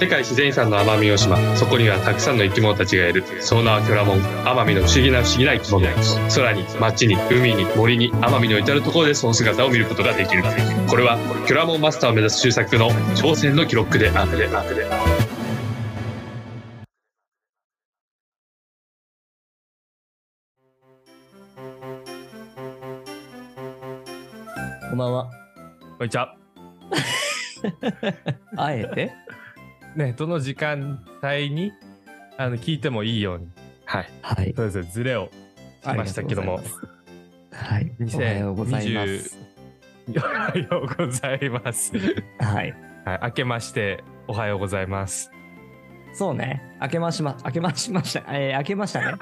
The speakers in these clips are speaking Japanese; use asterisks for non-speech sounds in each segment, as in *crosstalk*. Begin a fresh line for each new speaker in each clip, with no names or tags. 世界自然遺産の奄美大島そこにはたくさんの生き物たちがいるその名はキョラモン奄美の不思議な不思議な生き物空に街に海に森に奄美の至る所でその姿を見ることができるこれはキョラモンマスターを目指す周作の挑戦の記録であるであるで
こんばんは。
こんにちは。
あえて
ね、どの時間帯にあの聞いてもいいように、はい、
*laughs* はい。
そうですね、ズレをしましたけども、
はい。おはようございます。
おはようございます。
はい。
*laughs* はい、明けましておはようございます。
そうね。明けましま、明けましました。えー、明けました
*laughs*
ね。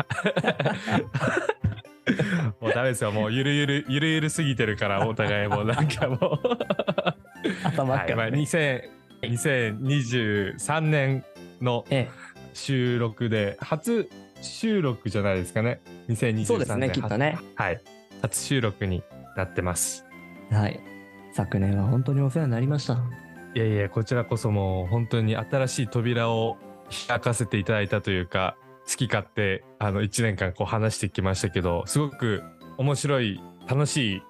もうダメですよ、もうゆるゆる、ゆるゆるすぎてる
*laughs*
から、お互いもうなんかもう、
頭
は
か
い、まあ
ら、ね。
2000 2023年の
え
収録で、初収録じゃないですかね、2023年。
そうですね、きっとね。
はい、初収録になってます。
はい。昨年は本当にお世話になりました。
いやいや、こちらこそもう本当に新しい扉を開かせていただいたというか、好き勝手、あの、1年間こう話してきましたけど、すごく面白い、楽しい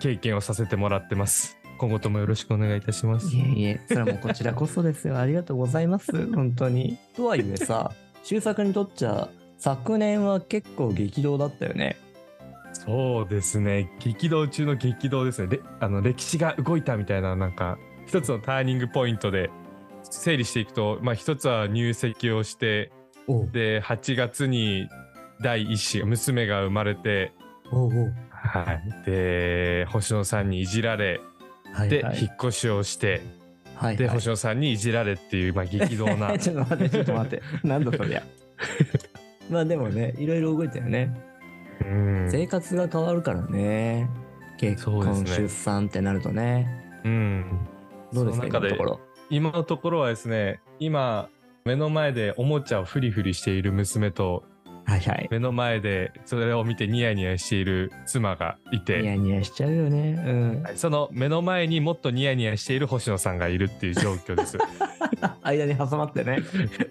経験をさせてもらってます。今後ともよろしくお願いいたします。
いえいえ、それはもうこちらこそですよ。 *laughs* ありがとうございます。本当に。とはいえ *laughs* さ、周作にとっちゃ、昨年は結構激動だったよね。
そうですね、激動中の激動ですね。であの、歴史が動いたみたいな、なんか、一つのターニングポイントで整理していくと、まあ、一つは入籍をして、
おう
で8月に第一子娘が生まれて、
おうおう
はい、で星野さんにいじられ
はい
で、
はい
引っ越しをして
はい
で、
はい
星野さんにいじられっていう、まあ、激動な
*laughs* ちょっと待って、ちょっと待 *laughs* って。なんだそりゃ。まあでもね、いろいろ動いたよね。
うん、
生活が変わるからね。結
そうです
婚、
ね
出産ってなるとね。
うん、
どうですか、
その中
今の
で
ところ。
今のところはですね今目の前でおもちゃをフリフリしている娘と
はいはい。
目の前でそれを見てニヤニヤしている妻がい
ニヤ
て。
ニヤしちゃうよね。 *laughs* うん。
はいその目の前にもっとニヤニヤしている星野さんがいるっていう状況
*laughs*
です。
間に挟まってね。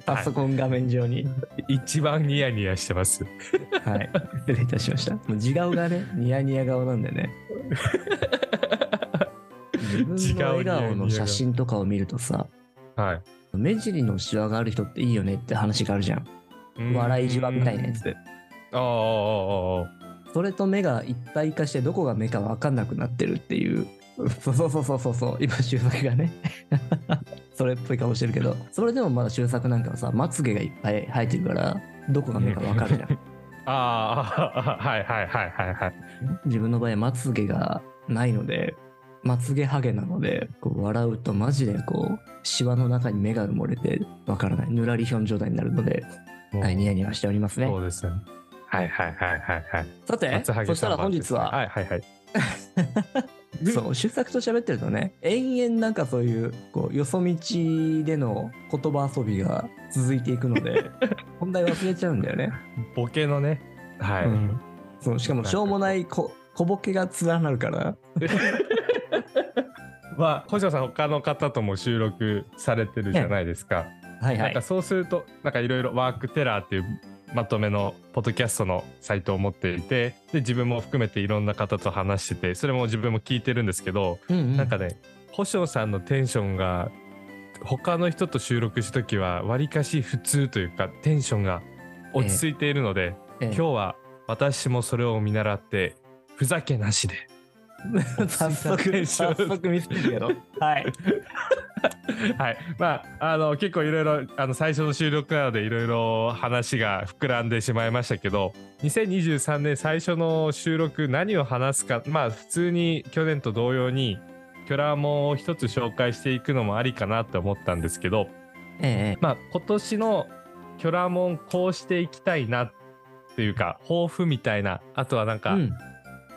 パソコン画面上に。
一番ニヤニヤしてます。
はい。失礼いたしました。もう自顔がね、ニヤニヤ顔なんでね。自分の笑顔の写真とかを見るとさ、
はい。
目尻のシワがある人っていいよねって話があるじゃん。
うん
笑いじわみたいなやつ。で。
ああああああ
それと目が一体化してどこが目か分かんなくなってるっていう。そうそうそうそうそうそう。今、修作がね。 *laughs* それっぽい顔してるけど、それでもまだ修作なんかはさ、まつげがいっぱい生えてるから、どこが目か分かるじゃ
あ
ん。
ああ、はいはいはいはいはい。
自分の場合、まつげがないので、まつげハゲなので、こう笑うとマジでこう、シワの中に目が埋もれて分からない。ぬらりひょん状態になるので、
もう
はい、ニヤニヤしておりますね
そ。うですね。はいはいはいはいはい。
さて、
松葉
そ
毛
したら
三
本
番
日は、
はいはいはい。
*laughs* そう、出作と喋ってるとね、延々なんかそういう、こう、よそ道での言葉遊びが続いていくの
*laughs*
で、本題忘れちゃうんだよね。
ボケのね。はい。
うんそう、しかもしょうもないこ小ボケが連なるから、
まあ、星野さん、他の方とも収録されてるじゃないですか。
はいは
なんか
い。
そうすると、なんかいろいろワークテラーっていうまとめのポッドキャストのサイトを持っていて、で、自分も含めていろんな方と話してて、それも自分も聞いてるんですけど、
うんうん
なんかね、星野さんのテンションが、他の人と収録した時は、わりかし普通というか、テンションが落ち着いているので、
ええ
今日は私もそれを見習って、ふざけなしで。 *laughs*
早速、早速見せてるけど。はい。
はい。まあ、あの、結構いろいろ、あの、最初の収録なので、いろいろ話が膨らんでしまいましたけど、2023年最初の収録、何を話すか、まあ、普通に去年と同様に、キョラモンを一つ紹介していくのもありかなって思ったんですけど、
ええ
まあ、今年のキョラモンこうしていきたいなっていうか抱負みたいなあとはなんか
う
2
ん。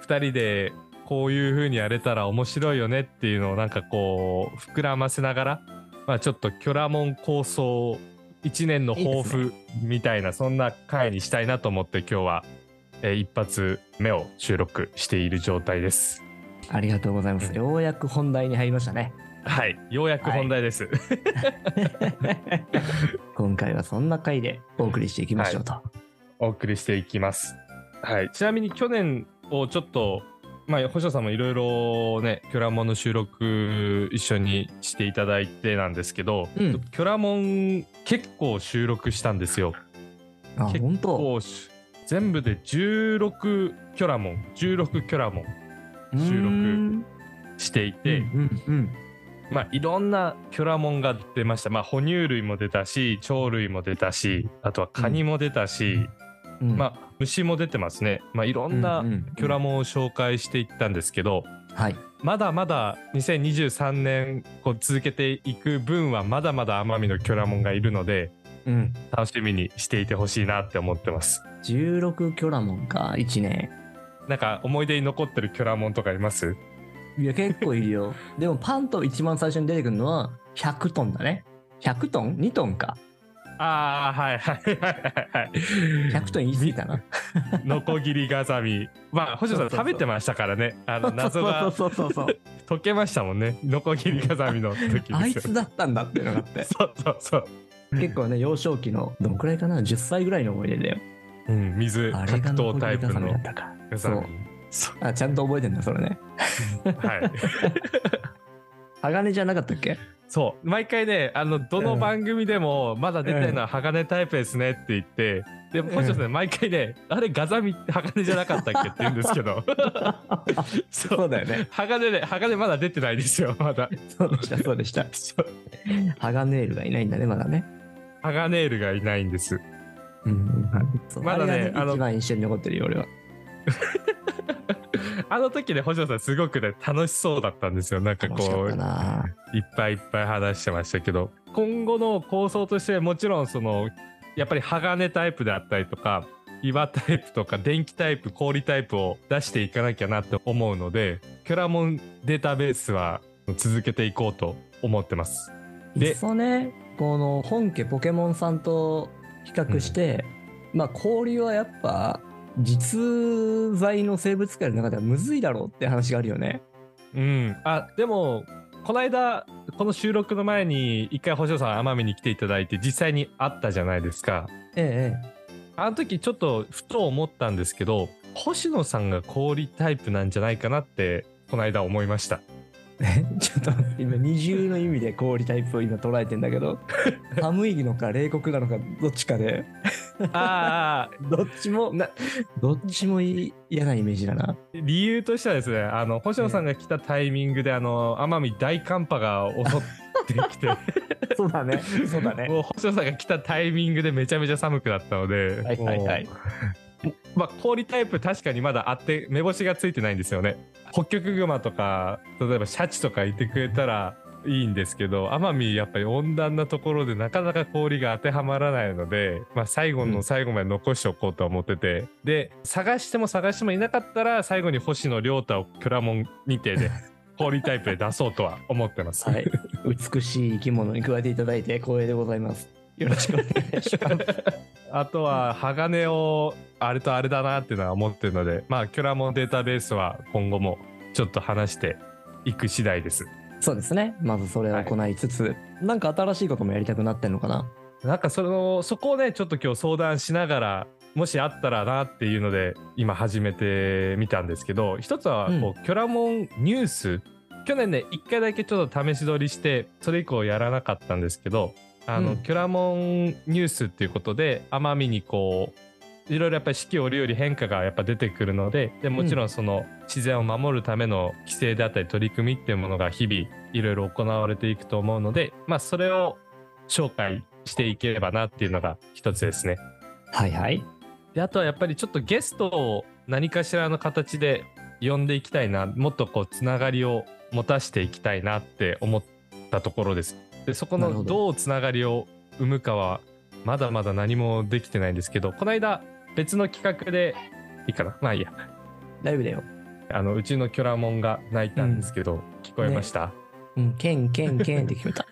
人でこういう風にやれたら面白いよねっていうのをなんかこう膨らませながら、まあ、ちょっとキョラモン構想1年の抱
い
負みたいなそんな回にしたいなと思って今日は、えー一発目を収録している状態です。
ありがとうございます。ようやく本題に入りましたね。
はい、ようやく本題です。
今回はそんな回でお送りしていきましょうと。
お送りしていきます。はい、ちなみに去年をちょっと、まあ、星野さんもいろいろね、キョラモンの収録一緒にしていただいてなんですけど、
うん
キョラモン結構収録したんですよ。
あ、
結
本当。
構し全部で16キョラモン、16キョラモン収
うー
録
ん
していて、
うんうん
まあ、いろんなキョラモンが出ました。まあ、哺乳類も出たし、鳥類も出たし、あとはカニも出たし、
うんうん。
まあ、虫も出てますね。まあ、いろんなキョラ
も。
モンを紹介していったんですけど、
はい。
まだまだ2023年こう続けていく分はまだまだ奄美のキョラモンがいるので
うん。
楽しみにしていてほしいなって思ってます。
16キョラモンか、1年。
なんか思い出に残ってるキョラモンとかいます
いや、結構い
*laughs*
るよ。でも、パンと一番最初に出てくるのは100トンだね。100トン ?2 トンか。
ああはいはいはいはい。
100トン言い過ぎたな。
ノコギリガザミ。まあ星野さん
そうそうそう
食べてましたからね。あの謎が
そうそうそうそう。
解けましたもんね。ノコギリガザミの時ですよ。
あいつだったんだっていうのがあって。
そうそうそう。
結構ね、幼少期の、どんくらいかな ?10 歳ぐらいの思い出だよ。
うん、水
あ
格
れが
闘タイプ
残り
の
だったか。
ガザミ。そう
あ、ちゃんと覚えてんだ、それね。
はい。
鋼じゃなかったっけ
そう毎回ねあのどの番組でもまだ出てるのは鋼タイプですねって言って、でも星野さん、毎回ねあれガザミって鋼じゃなかったっけって言うんですけ
*laughs*
どそう
そうだよね。
鋼で鋼まだ出てないですよまだ
そうでした、そうでした。
そう
ハガネールがいないんだね、まだね。
鋼エールがいないんです
うん
はい
そう
まだね
あれが
あの
一番印象に残ってるよ、俺は。
あの時ね星野さんすごくね楽しそうだったんですよなんか
楽しか
こ
っ
う
たない
っぱいいっぱい話してましたけど今後の構想としてもちろんそのやっぱり鋼タイプであったりとか岩タイプとか電気タイプ氷タイプを出していかなきゃなって思うのでキョラモンデータベースは続けていこうと思ってます。で
いっそね、この本家ポケモンさんと比較して、まあ氷はやっぱ実在の生物界の中ではむずいだろうって話があるよね。
うん、あでもこの間この収録の前に一回星野さん奄美に来ていただいて実際に会ったじゃないですか。
え
あの時ちょっとふと思ったんですけど星野さんが氷タイプなんじゃないかなってこの間思いました。
*laughs* えええ。ちょっと待って今二重の意味で氷タイプを今捉えてんだけ *laughs* ど寒いのか冷酷なのかどっちかで
ああ
どっちもなどっちもい嫌なイメージだな。
理由としてはですねあの星野さんが来たタイミングであの奄美大寒波が襲ってき
*laughs*
て
そうだね。そうだね。
もう星野さんが来たタイミングでめちゃめちゃ寒くなったので、
はいはいはい
もうまあ、氷タイプ確かにまだあって目星がついてないんですよね北極熊とか例えばシャチとかいてくれたらいいんですけど奄美やっぱり温暖なところでなかなか氷が当てはまらないので、まあ、最後の最後まで残しておこうとは思ってて、で探しても探してもいなかったら最後に星野亮太をキョラモン認定
*laughs*
で氷タイプで出そうとは思ってます。
はい、 *laughs* 美しい生き物に加えていただいて光栄でございます。よろしくお願いします。
あとは鋼をあれとあれだなっていうのは思ってるのでまあキョラモンデータベースは今後もちょっと話していく次第です
そうですね。まずそれを行いつつ、なんか新しいこともやりたくなってんのかな。
なんかそのそこをねちょっと今日相談しながらもしあったらなっていうので今始めてみたんですけど一つはこう、キョラモンニュース去年ね一回だけちょっと試し撮りしてそれ以降やらなかったんですけどあの、
うん
キョラモンニュースっていうことで奄美にこういろいろやっぱり四季折々変化がやっぱ出てくるのででもちろんその自然を守るための規制であったり取り組みっていうものが日々いろいろ行われていくと思うのでまあそれを紹介していければなっていうのが一つですね。
はいはい。
であとはやっぱりちょっとゲストを何かしらの形で呼んでいきたいなもっとこうつながりを持たしていきたいなって思ったところです。でそこ
なるほ
の
ど
どうつながりを生むかはまだまだ何もできてないんですけどこの間別の企画でいいかなまあいいや
大丈夫だよ。
あのうちのキョラモンが泣いたんですけど、聞こえました、
うん、ケンケンケンって決めた。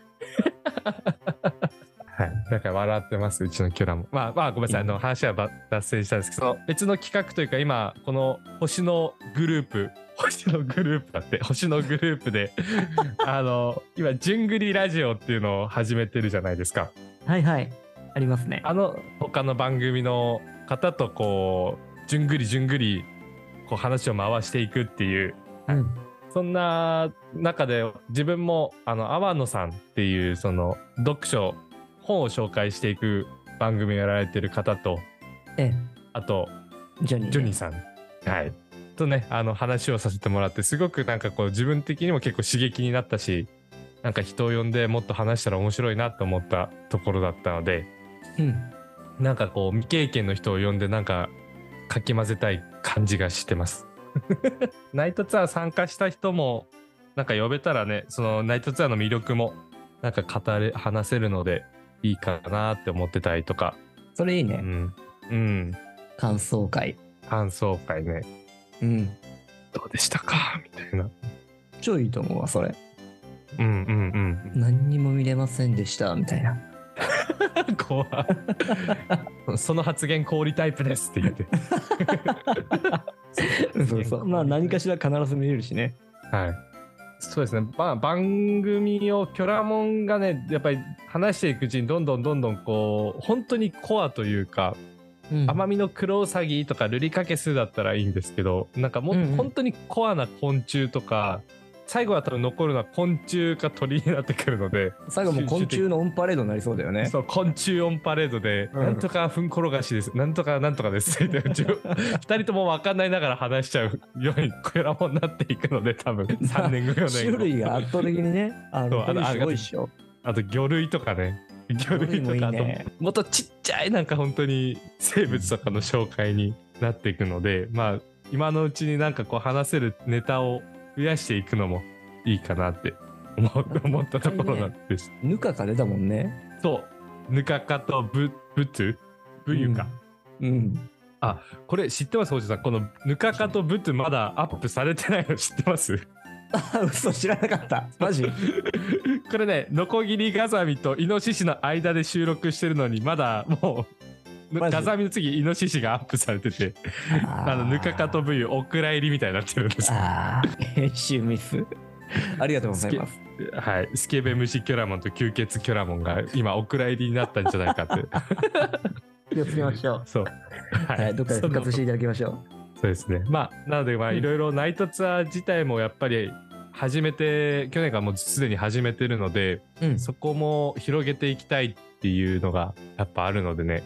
はい、なんか笑ってます、うちのキョラも。まあまあ、ごめんなさい、あの話はば脱線したんですけど、その別の企画というか、今、この星のグループ、 *laughs* 星野グループだって、星野グループ *laughs* で、あの、今、じゅんぐりラジオっていうのを始めてるじゃないですか。
*laughs* はいはい。ありますね。
あの、他の番組の方とこう、じゅんぐりじゅんぐり、こう話を回していくっていう、
うん。
そんな中で自分もあの天野さんっていうその読書本を紹介していく番組をやられてる方と
え
あと
え、ジョニーね。
ジョニーさんはいとねあの話をさせてもらってすごくなんかこう自分的にも結構刺激になったしなんか人を呼んでもっと話したら面白いなと思ったところだったので
うん。
なんかこう未経験の人を呼んでなんかかき混ぜたい感じがしてます。 *laughs* ナイトツアー参加した人もなんか呼べたらねそのナイトツアーの魅力もなんか語れ話せるのでいいかなって思ってたりとか、
それいいうね。
ん、うん、
感想会。
感想会ね
うん。
どうでしたかみたいな
超いいと思うわ、それ。
うんうん *laughs*
何にも見れませんでした、みたいな。
うん怖いその発言氷タイプですって言って
*laughs* そうそう。まあ何かしら必ず見れるしね。
はい。そうですね、まあ、番組をキョラモンがねやっぱり話していくうちにどんどんどんどんこう本当にコアというか
うん
甘みのクロウサギとかルリカケスだったらいいんですけどなんかも
うんう
うん本当にコアな昆虫とか、最後は多分残るのは昆虫か鳥になってくるので、
最後もう昆虫のオンパレードになりそうだよね。
そう昆虫オンパレードで、
うん
なんとかふんころがしですなんとかなんとかですって2
*laughs*
人とも分かんないながら話しちゃうようにキョラモンになっていくので多分3年後4年
種
後
類が圧倒的にね、あの、
そうあの
種類多いっしょ。 *laughs*
あと魚類とかね魚類と
魚類
かあ
もいいね
ともっとちっちゃいなんか本当に生物とかの紹介になっていくのでまあ今のうちになんかこう話せるネタを増やしていくのもいいかなって思う思ったところなんです。
ぬかが出たもんね。
そうぬかかとぶぶつぶゆか、
うん。
これ知ってます星さんこのぬかかとぶつまだアップされてないの知ってます
あ、 *laughs* 嘘、知らなかった。マジ
これねノコギリガザミとイノシシの間で収録してるのにまだもう
マジ
ガザミの次イノシシがアップされてて *laughs* あのぬかかと。ブイお蔵入りみたいになってるん
*laughs*
です
あーあー、編集ミス。ありがとうございます。
はいスケベ虫キョラモンと吸血キョラモンが今お蔵入りになったんじゃないかって
*laughs* 気をつけましょう。
そうは
はい、どっかで復活していただきましょ
そうですね。まあ、なので、まあ、
うん
いろいろナイトツアー自体もやっぱり始めて、去年からもうすでに始めてるので、
う。うん
そこも広げていきたいっていうのがやっぱあるのでね、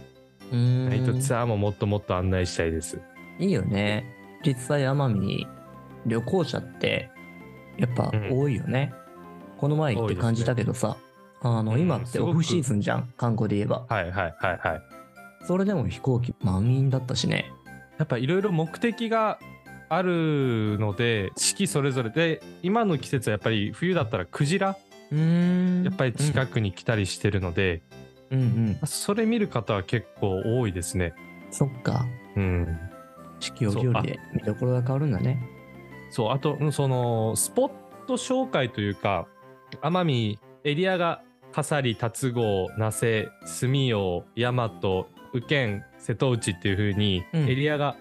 ナイトツアーももっともっと案内したいです。
いいよね。実際奄美に旅行者ってやっぱ多いよね。この前行って感じたけどさ、あ
う
の
ん
今って
すごく
オフシーズンじゃん、観光で言えば。
はいはいはいはい。
それでも飛行機満員だったしね。
やっぱいろいろ目的があるので、四季それぞれで、今の季節はやっぱり冬だったらクジラ、
うん
やっぱり近くに来たりしてるので、
うんうん。
それ見る方は結構多いですね。
そっか。
うん。
四季折々で見どころが変わるんだね。
そう、あと、うんその、スポット紹介というか、奄美エリアが、笠利、達郷、那瀬、住用、大和、右県、瀬戸内っていう風に、
うん
エリアが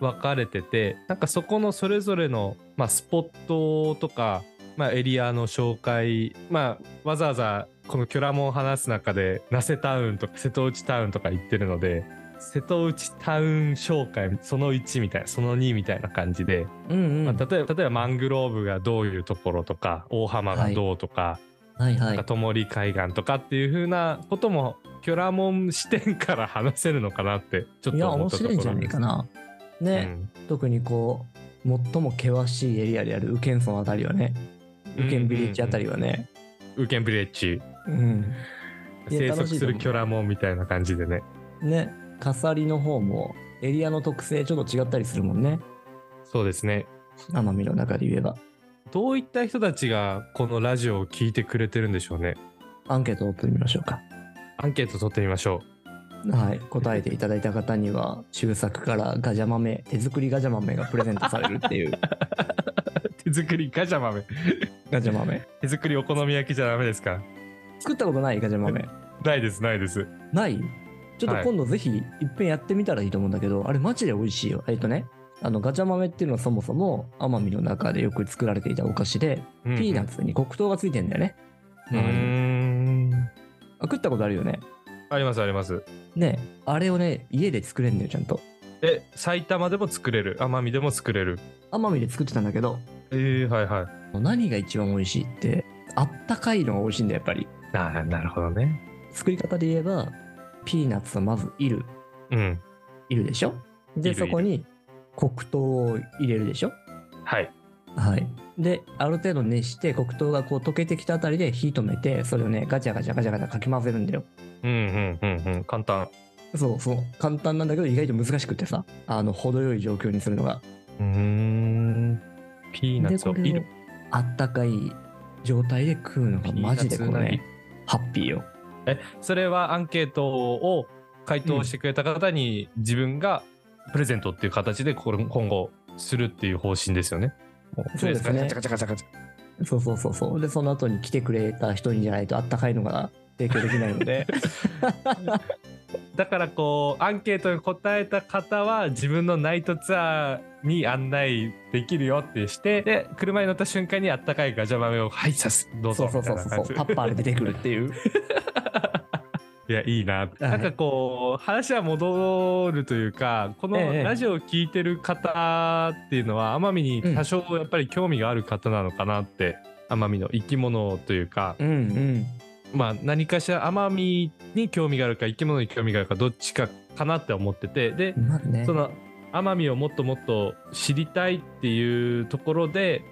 分かれてて、なんかそこのそれぞれの、まあ、スポットとか、まあ、エリアの紹介、まあ、わざわざこのキョラモンを話す中で、那瀬タウンとか瀬戸内タウンとか言ってるので、瀬戸内タウン紹介、その1みたいな、その2みたいな感じで、
うん
ま
うん。
あ、例えば例えばマングローブがどういうところとか大浜がどうとか
はいは
なんか
い。
ともり海岸とかっていうふうなこともキョラモン視点から話せるのかなってちょっ
いや、
と思っ
面
たとこ
白
ろ
いんじゃないかな。ね、特にこう、最も険しいエリアである右ン村あたりはね、右ンビリッジあたり
は
はね、
ウケンビリッジ
うん。いや
生
楽
息
しい
す
と思う
るキョラモンみたいな感じでね
ね、カサリの方もエリアの特性ちょっと違ったりするもんね。
そうですね
奄美の中で言えば。
どういった人たちがこのラジオを聞いてくれてるんでしょうね
アンケートを取ってみましょうか。
アンケート取ってみましょ
はい。答えていただいた方には、周作からガジャ豆、手作りガジャ豆がプレゼントされるって
*laughs*
いう。
う手作りガジャ豆
ガジャ豆。
手作りお好み焼きじゃダメですか
作ったことないガジャ豆。
ないですないです
ないちょっ
は
と
い
今度ぜひ、いっぺんやってみたらいいと思うんだけど、あれマジで美味しいよ。えっとね、あのガチャ豆っていうのはそもそも奄美の中でよく作られていたお菓子で、ピーナッツに黒糖がついてんだよね。
うーん。
あ食ったことあるよね。
ありますあります。
ねあれをね、家で作れんのよ、ちゃんと。
え、埼玉でも作れる。奄美でも作れる。
奄美で作ってたんだけど、
ええはいはい。
何が一番美味しいって、あったかいのが美味しいんだよ、やっぱり。
ななるほどね。
作り方で言えば、ピーナッツをまずいる。
うん。
いるでしょ
いる
で、
いる
そこに黒糖を入れるでしょ
はい。
はい。で、ある程度熱して黒糖がこう溶けてきたあたりで火止めて、それをね、ガチャガチャガチャガチャかき混ぜるんだよ。
うんうんうんうん。簡単。
そうそう。簡単なんだけど意外と難しくてさ、あの、程よい状況にするのが。
うーん。ピーナッツをい
でこれを
る。
あったかい状態で食うのがマジでこ
ピーナッツうな
れ、
ぎ
ね、ハッピーよ。
それはアンケートを回答してくれた方に自分がプレゼントっていう形でこれ今後するっていう方針ですよね。
そうですね
ガチャガチャガチャガチャガチ
そうそうそうそう。で、その後に来てくれた人にじゃないとあったかいのが提供できないの
*laughs*
で。
ャ。だからこうアンケートに答えた方は自分のナイトツアーに案内できるよってしてで車に乗った瞬間にあったかいガチャ豆をはい刺すどう
そ
ぞ
うそうそう
みたい
そ
な感
う。
じ
タッパーで出てくるっていう。
いや、いいな。なんかこう、話は戻るというか、この
ええ
ラジオを聞いてる方っていうのは、奄美に多少やっぱり興味がある方なのかなって、奄美の生き物というか、
うんうん。
まあ何かしら奄美に興味があるか、生き物に興味があるか、どっちかかなって思ってて、で、
まあね。
その奄美をもっともっと知りたいっていうところで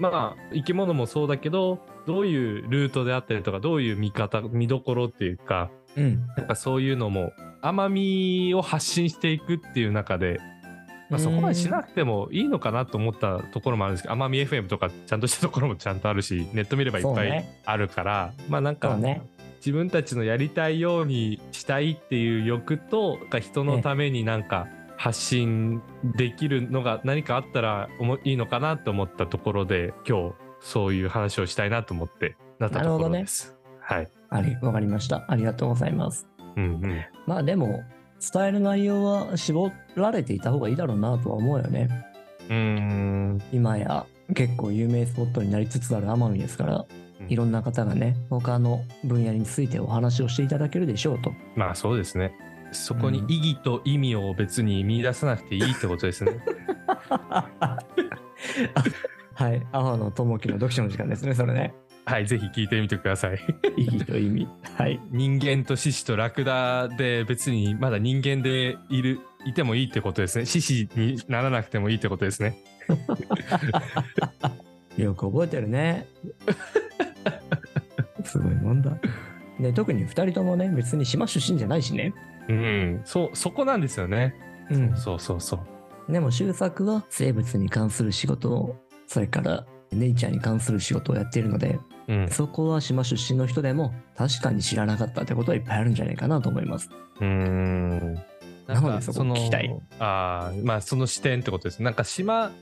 まあ生き物もそうだけどどういうルートであったりとかどういう見方見どころっていうか
うん。
なんかそういうのも奄美を発信していくっていう中で、まあ、そこまでしなくてもいいのかなと思ったところもあるんですけど奄美 FM とかちゃんとしたところもちゃんとあるしネット見ればいっ
そう
ぱい
ね
あるから、まあなん
そ
か
うね。
自分たちのやりたいようにしたいっていう欲となんか人のためになんか発信できるのが何かあったらおもいいのかなと思ったところで今日そういう話をしたいなと思ってなったところです。はい、
あれ、わかりました。ありがとうございます。
うんうん
まあでも、伝える内容は絞られていた方がいいだろうなとは思うよね。
うーん
今や結構有名スポットになりつつある奄美ですから、
うん
いろんな方がね、他の分野についてお話をしていただけるでしょうと。
まあそうですね。そこに意義と意味を別に見出さなくていいってことですね。
*laughs* はい。阿波の友樹の読書の時間ですね、それね。
はい、ぜひ聞いてみてください。
意義と意味。はい。
人間と獅子とラクダで別にまだ人間でいる、いてもいいってことですね。獅子にならなくてもいいってことですね。
よく覚えてるね。すごいもんだ。で、特に二人ともね、別に島出身じゃないしね。
うん、そう、そこなんですよね。
うん
そうそうそう。
でも周作は生物に関する仕事をそれからネイチャーに関する仕事をやっているので
うん、
そこは島出身の人でも確かに知らなかったってことはいっぱいあるんじゃないかなと思います。
うーん。
なのでそこ
の
聞きたい
ああ、まあその視点ってことです。なんか島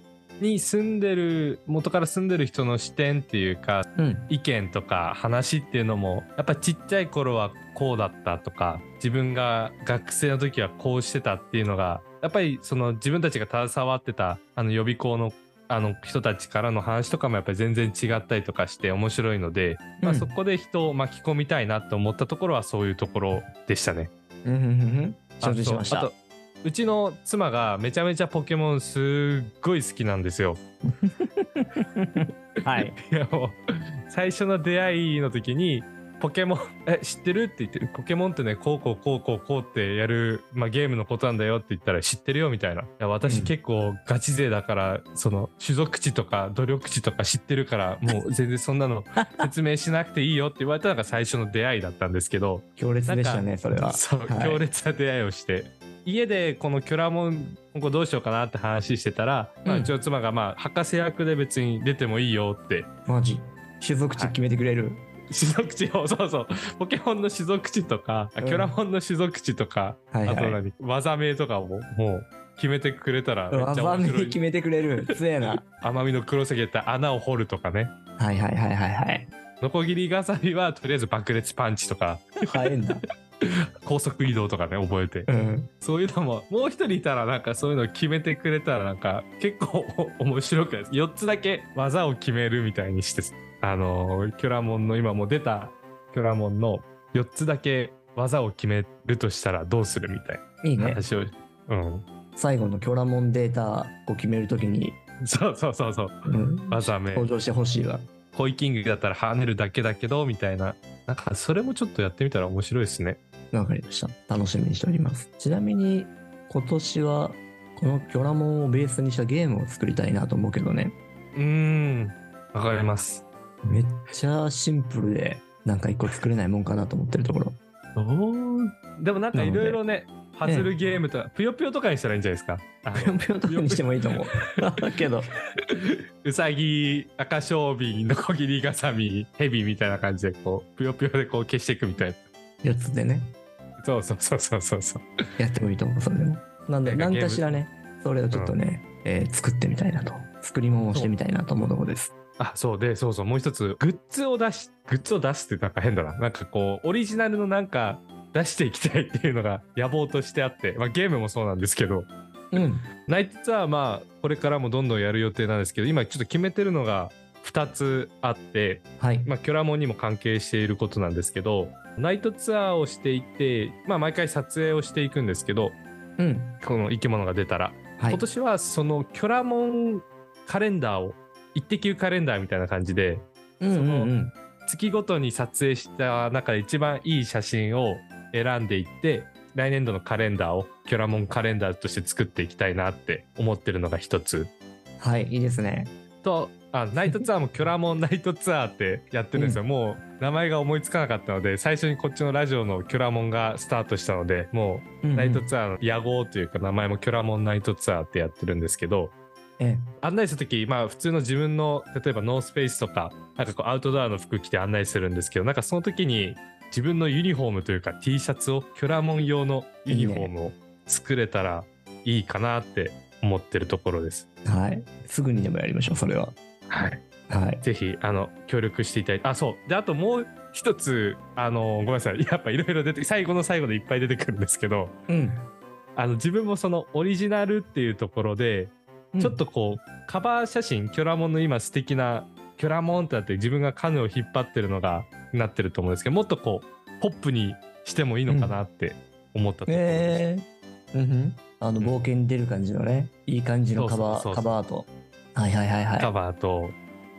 に住んでる、元から住んでる人の視点っていうか、
うん、
意見とか話っていうのもやっぱちっちゃい頃はこうだったとか自分が学生の時はこうしてたっていうのがやっぱりその自分たちが携わってたあの予備校のあの人たちからの話とかもやっぱり全然違ったりとかして面白いので、まあ、そこで人を巻き込みたいなと思ったところはそういうところでしたね。
うんうんうんうん承知しまし
あ
た
とあ。とうちの妻がめちゃめちゃポケモンすっごい好きなんですよ。
はい。
いやもう最初の出会いの時にポケモン *laughs* え知ってるって言ってるポケモンってねこうこうこうこうこうってやる、まあ、ゲームのことなんだよって言ったら知ってるよみたいないや
う
私
ん
結構ガチ勢だから、その種族値とか努力値とか知ってるからもう全然そんな
*laughs*
の説明しなくていいよって言われたのが最初の出会いだったんですけど
強烈でしたねそれは。
そう、
はい
強烈な出会いをして家でこのキョラモン今後どうしようかなって話してたら、まあ、
うん
うちの妻がまあ博士役で別に出てもいいよって
マジ。種族地決めてくれる。
種族地をそうそうポケモンの種族地とか、あ
うん
キョラモンの種族地とか、
はい
あと
はい。
何技名とかももう決めてくれたらめっちゃ
技
面
名
白い
決めてくれる。強えな。
奄美の黒瀬って穴を掘るとかね
はいはいはいはいはい。
ノコギリガサビはとりあえず爆裂パンチとか
早いんだ。
高速移動とかね、覚えて。
うん。
そういうのも、もう一人いたら、なんかそういうの決めてくれたら、なんか結構面白くないです。4つだけ技を決めるみたいにして、あのー、キョラモンの、今もう出たキョラモンの4つだけ技を決めるとしたらどうするみたい
いい
な
ね。
話を。うん。
最後のキョラモンデータを決めるときに、
そうそうそうそう。
うん、
技名。
登場してほしいわ。
ホイキングだったら跳ねるだけだけど、みたいな。なんかそれもちょっとやってみたら面白いですね。
わかりました。楽しみにしております。ちなみに、今年は、このキョラモンをベースにしたゲームを作りたいなと思うけどね。
うーん。わかります。
めっちゃシンプルで、なんか一個作れないもんかなと思ってるところ。
でもなんかいろいろね、パズルゲームとか、ぷよぷよとかにしたらいいんじゃないですか。あ
ぷ *laughs* よ
の
ぷよとかにしてもいいと
*laughs*
思う。けど、
うさぎ、赤小瓶、ノコギリガサミ、ヘビみたいな感じで、こう、ぷよぷよでこう消していくみたいな。
やつでね、
そうそうそうそうそうそう。
やってもいいと思う、それでも。なんで、
なか
なんん
ゲーム
かしらね、それをちょっとね、えー作ってみたいなと。作り物をしてみたいなと思うとこです。
あ、そうで、そうそう、もう一つ、グッズを出し、グッズを出すってなんか変だな。なんかこう、オリジナルのなんか、出していきたいっていうのが野望としてあって、まあゲームもそうなんですけど、
うん。
ナイツはまあ、これからもどんどんやる予定なんですけど、今ちょっと決めてるのが2つあって、
はい。
まあ、キョラモンにも関係していることなんですけど、ナイトツアーをしていて、まあ、毎回撮影をしていくんですけど、
うん。
この生き物が出たら、
はい
今。年はそのキョラモンカレンダーを、一滴カレンダーみたいな感じで、
うんうんうん。
月ごとに撮影した中で一番いい写真を選んでいって、来年度のカレンダーをキョラモンカレンダーとして作っていきたいなって思ってるのが一つ。
はい、いいですね。
とあナイトツアーもキョラモンナイトツアーってやってるんですよ、もう名前が思いつかなかったので最初にこっちのラジオのキョラモンがスタートしたのでも
うんう
うんナイトツアーの野号というか名前もキョラモンナイトツアーってやってるんですけど
え
案内する時まあ普通の自分の例えばノースペースとかなんかこうアウトドアの服着て案内するんですけどなんかその時に自分のユニフォームというか T シャツをキョラモン用のユニフォームを作れたらいいかなって思ってるところです。
えはい。すぐにでもやりましょう、それは。
はい
はい。
ぜひあの協力していただいて、あ、そう。で、あともう一つ、あの、ごめんなさい。や *laughs* っぱいろいろ出て、最後の最後でいっぱい出てくるんですけど、
うん。
あの、自分もそのオリジナルっていうところで、ちょっとこう、カバー写真、キョラモンの今素敵な、キョラモンってなって自分がカヌーを引っ張ってるのが、なってると思うんですけど、もっとこう、ポップにしてもいいのかなって思ったところです。
ええうんふんあの
うん
冒険に出る感じのね、いい感じのカバ
そう
ー
そうそうそう
カバーとはいはいはいはい
カバーと、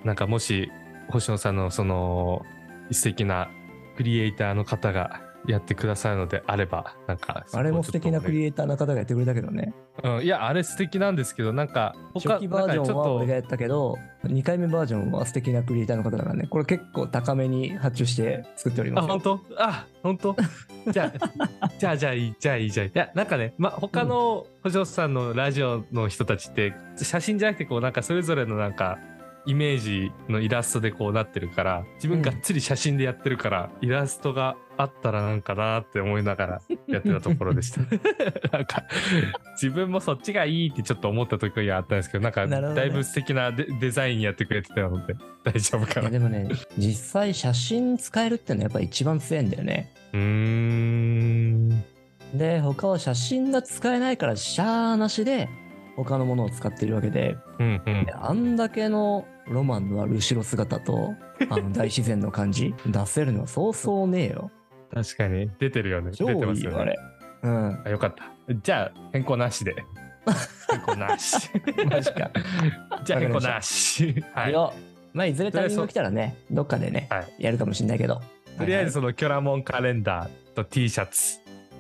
なんかもし星野さんのその素敵なクリエイターの方がやってくださるのであればなんか
あれも素敵なク
エイ
リエイターの方がやってくれたけどね
ター、うん、いやあれ素敵なんですけどなんか
初期バージ
なんか
ョ
ち
ンは
ょ
俺が
っ
やったけど2回目バージョンは素敵なクリエイターの方だからねこれ結構高めに発注して作っており
とあ
ます
本
よ
当あ本当じゃ
*laughs*
あじゃあじゃあいいじゃあいいじゃあいいいやなんかね、ま、他の星野さんのラジオの人たちって写真じゃなくてこうなんかそれぞれのなんかイメージのイラストでこうなってるから自分がっつり写真でやってるから、イラストがあったらなんかなって思いながらやってたところで
*laughs*
した *laughs* なんか自分もそっちがいいってちょっと思った時はあったんですけどなんか
なるほどね
だいぶ素敵なデデザインやってくれてたので大丈夫かな
いや
う
でもね実際写真使えるってのはやっぱ一番強いんだよね
ーん
で他は写真が使えないからシャーなしで他のものを使っているわけで
うんうん
であんだけのロマンのある後ろ
*laughs*
姿と、あの大自然の感じ、出せるのはそうそうねえよ。
確かに出てるよね
超
出てま
いい
すよ
よ、あ
ね
れ。うん。
あよかったじゃあ変更な
*laughs*
しで変更なし
マジか。
*laughs* じゃあ変更なしはいい
や、まあ、いずれタイミングが来たらね、どっかでね、
はい
やるかもしれないけど。
とりあえず、そのキョラモンカレンダーと T シャツ、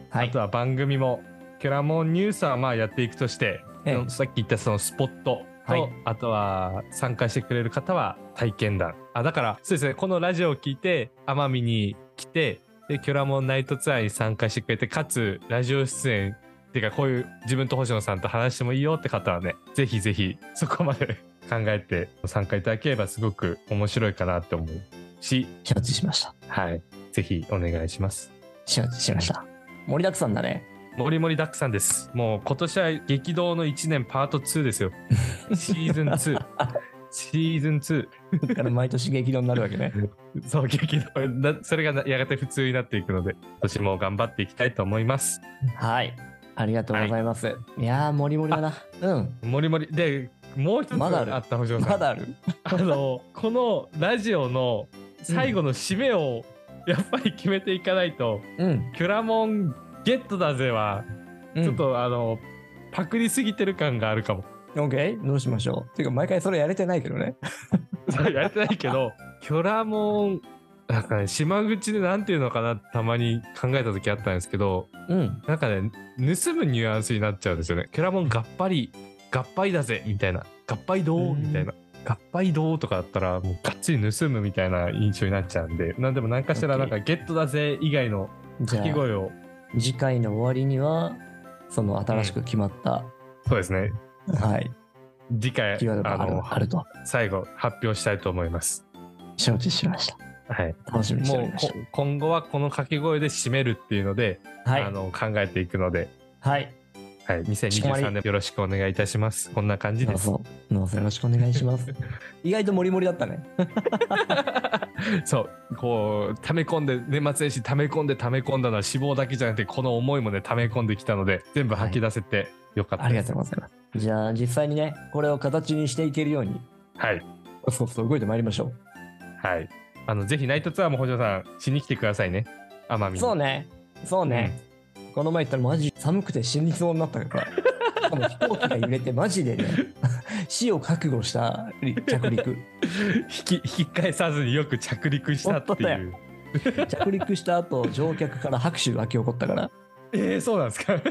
はい
あと
はい、
は番組もキョラモンニュースはまあやっていくとして、
ええ
さっき言ったそのスポットと、
はい
あとは参加してくれる方は体験談あだからそうですねこのラジオを聞いて奄美に来てでキョラモンナイトツアーに参加してくれてかつラジオ出演っていうかこういう自分と星野さんと話してもいいよって方はねぜひぜひそこまで *laughs* 考えて参加いただければすごく面白いかなって思うし
承知しました。
はい。ぜひお願いします。
承知しました。盛りだくさんだね。
もりもりだくさんです。もう今年は激動の1年パート2ですよ。シーズン2。シーズン2。
*laughs* だから毎年激動になるわけ
*laughs*
ね。
そう、激動な。それがなやがて普通になっていくので、今年も頑張っていきたいと思います。
はい。ありがとうございます。い、やー、もりもりだな。うん。
もりもり。で、もう一つ
まだある
あった、星野さん。
まだある。
あの、このラジオの最後の締めを、やっぱり決めていかないと、
うん。
キュラモンゲットだぜは、
うん
ちょっ。とあの、パクリすぎてる感があるかも。
オッケーどうしましょう。ていうか、毎回それやれてないけどね。
そうやれてないけど、キョラモン、なんかね、島口でなんていうのかな、たまに考えた時あったんですけど、
うん。
なんかね、盗むニュアンスになっちゃうんですよね。キョラモンがっぱり、がっぱりだぜ、みたいな。がっぱりど
う
うんみたいな。がっぱりどうとかだったら、もうがっちり盗むみたいな印象になっちゃうんで、なんでも何かしら、なんかゲットだぜ以外の
じゃ
掛け
あ、
声を、
次回の終わりには、その新しく決まった、
そうですね、
はい、
次回、
キーワードがあ
あ
る
の
あると
最後発表したいと思います。
承知しました。
はい、
楽しみにしてお
も
り
う
まし
こ今後はこの掛け声で締めるっていうので、
た。は
あ
い。
の考えていくので、
はい。
はい、2023年よろしくお願いいたします。こんな感じ
ど
で
う
す。
ぞ、どうぞよろしくお願いします。意外ともりもりだったね。
そう、こう溜め込んで年末年始溜め込んで溜め込んだのは脂肪だけじゃなくてこの思いもね溜め込んできたので全部吐き出せてよかった
あり
で
が
す。
とうございます。じゃあ、実際にね、これを形にしていけるように、
はい、
そうそう、動いてまいりましょ
はい、あのぜひナイトツアーも補助さんしに来てくださいね。奄美
う。
に。
そうね。そうね。この前行ったらマジ寒くて死にそうになったから。しかも飛行機が揺れてマジでね、死を覚悟した着陸。
引 *laughs* き引き返さずによく着陸したって
本当だ
いう。
着陸した後、乗客から拍手が沸き起こったから。
えー、そうなんですか。
そ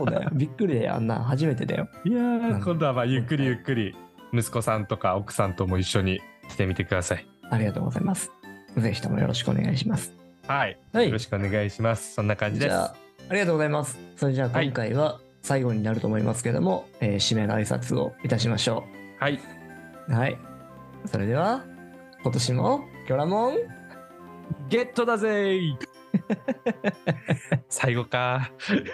うだよ。びっくりだよ。あんな初めてだよ。
*laughs* いや
なん
ー
か
今度はまあゆっくりゆっくり息子さんとか奥さんとも一緒に来てみてください。
ありがとうございます。ぜひともよろしくお願いします。
はい。
は
よろしくお願いします。そんな感じで
じ
す。
ゃあ、ありがとうございます。それじゃあ、
はい
今回は最後になると思いますけども、えー締めの挨拶をいたしましょ
はい。
う。はい。それでは、今年も、キョラモン、
ゲットだぜー最後かー。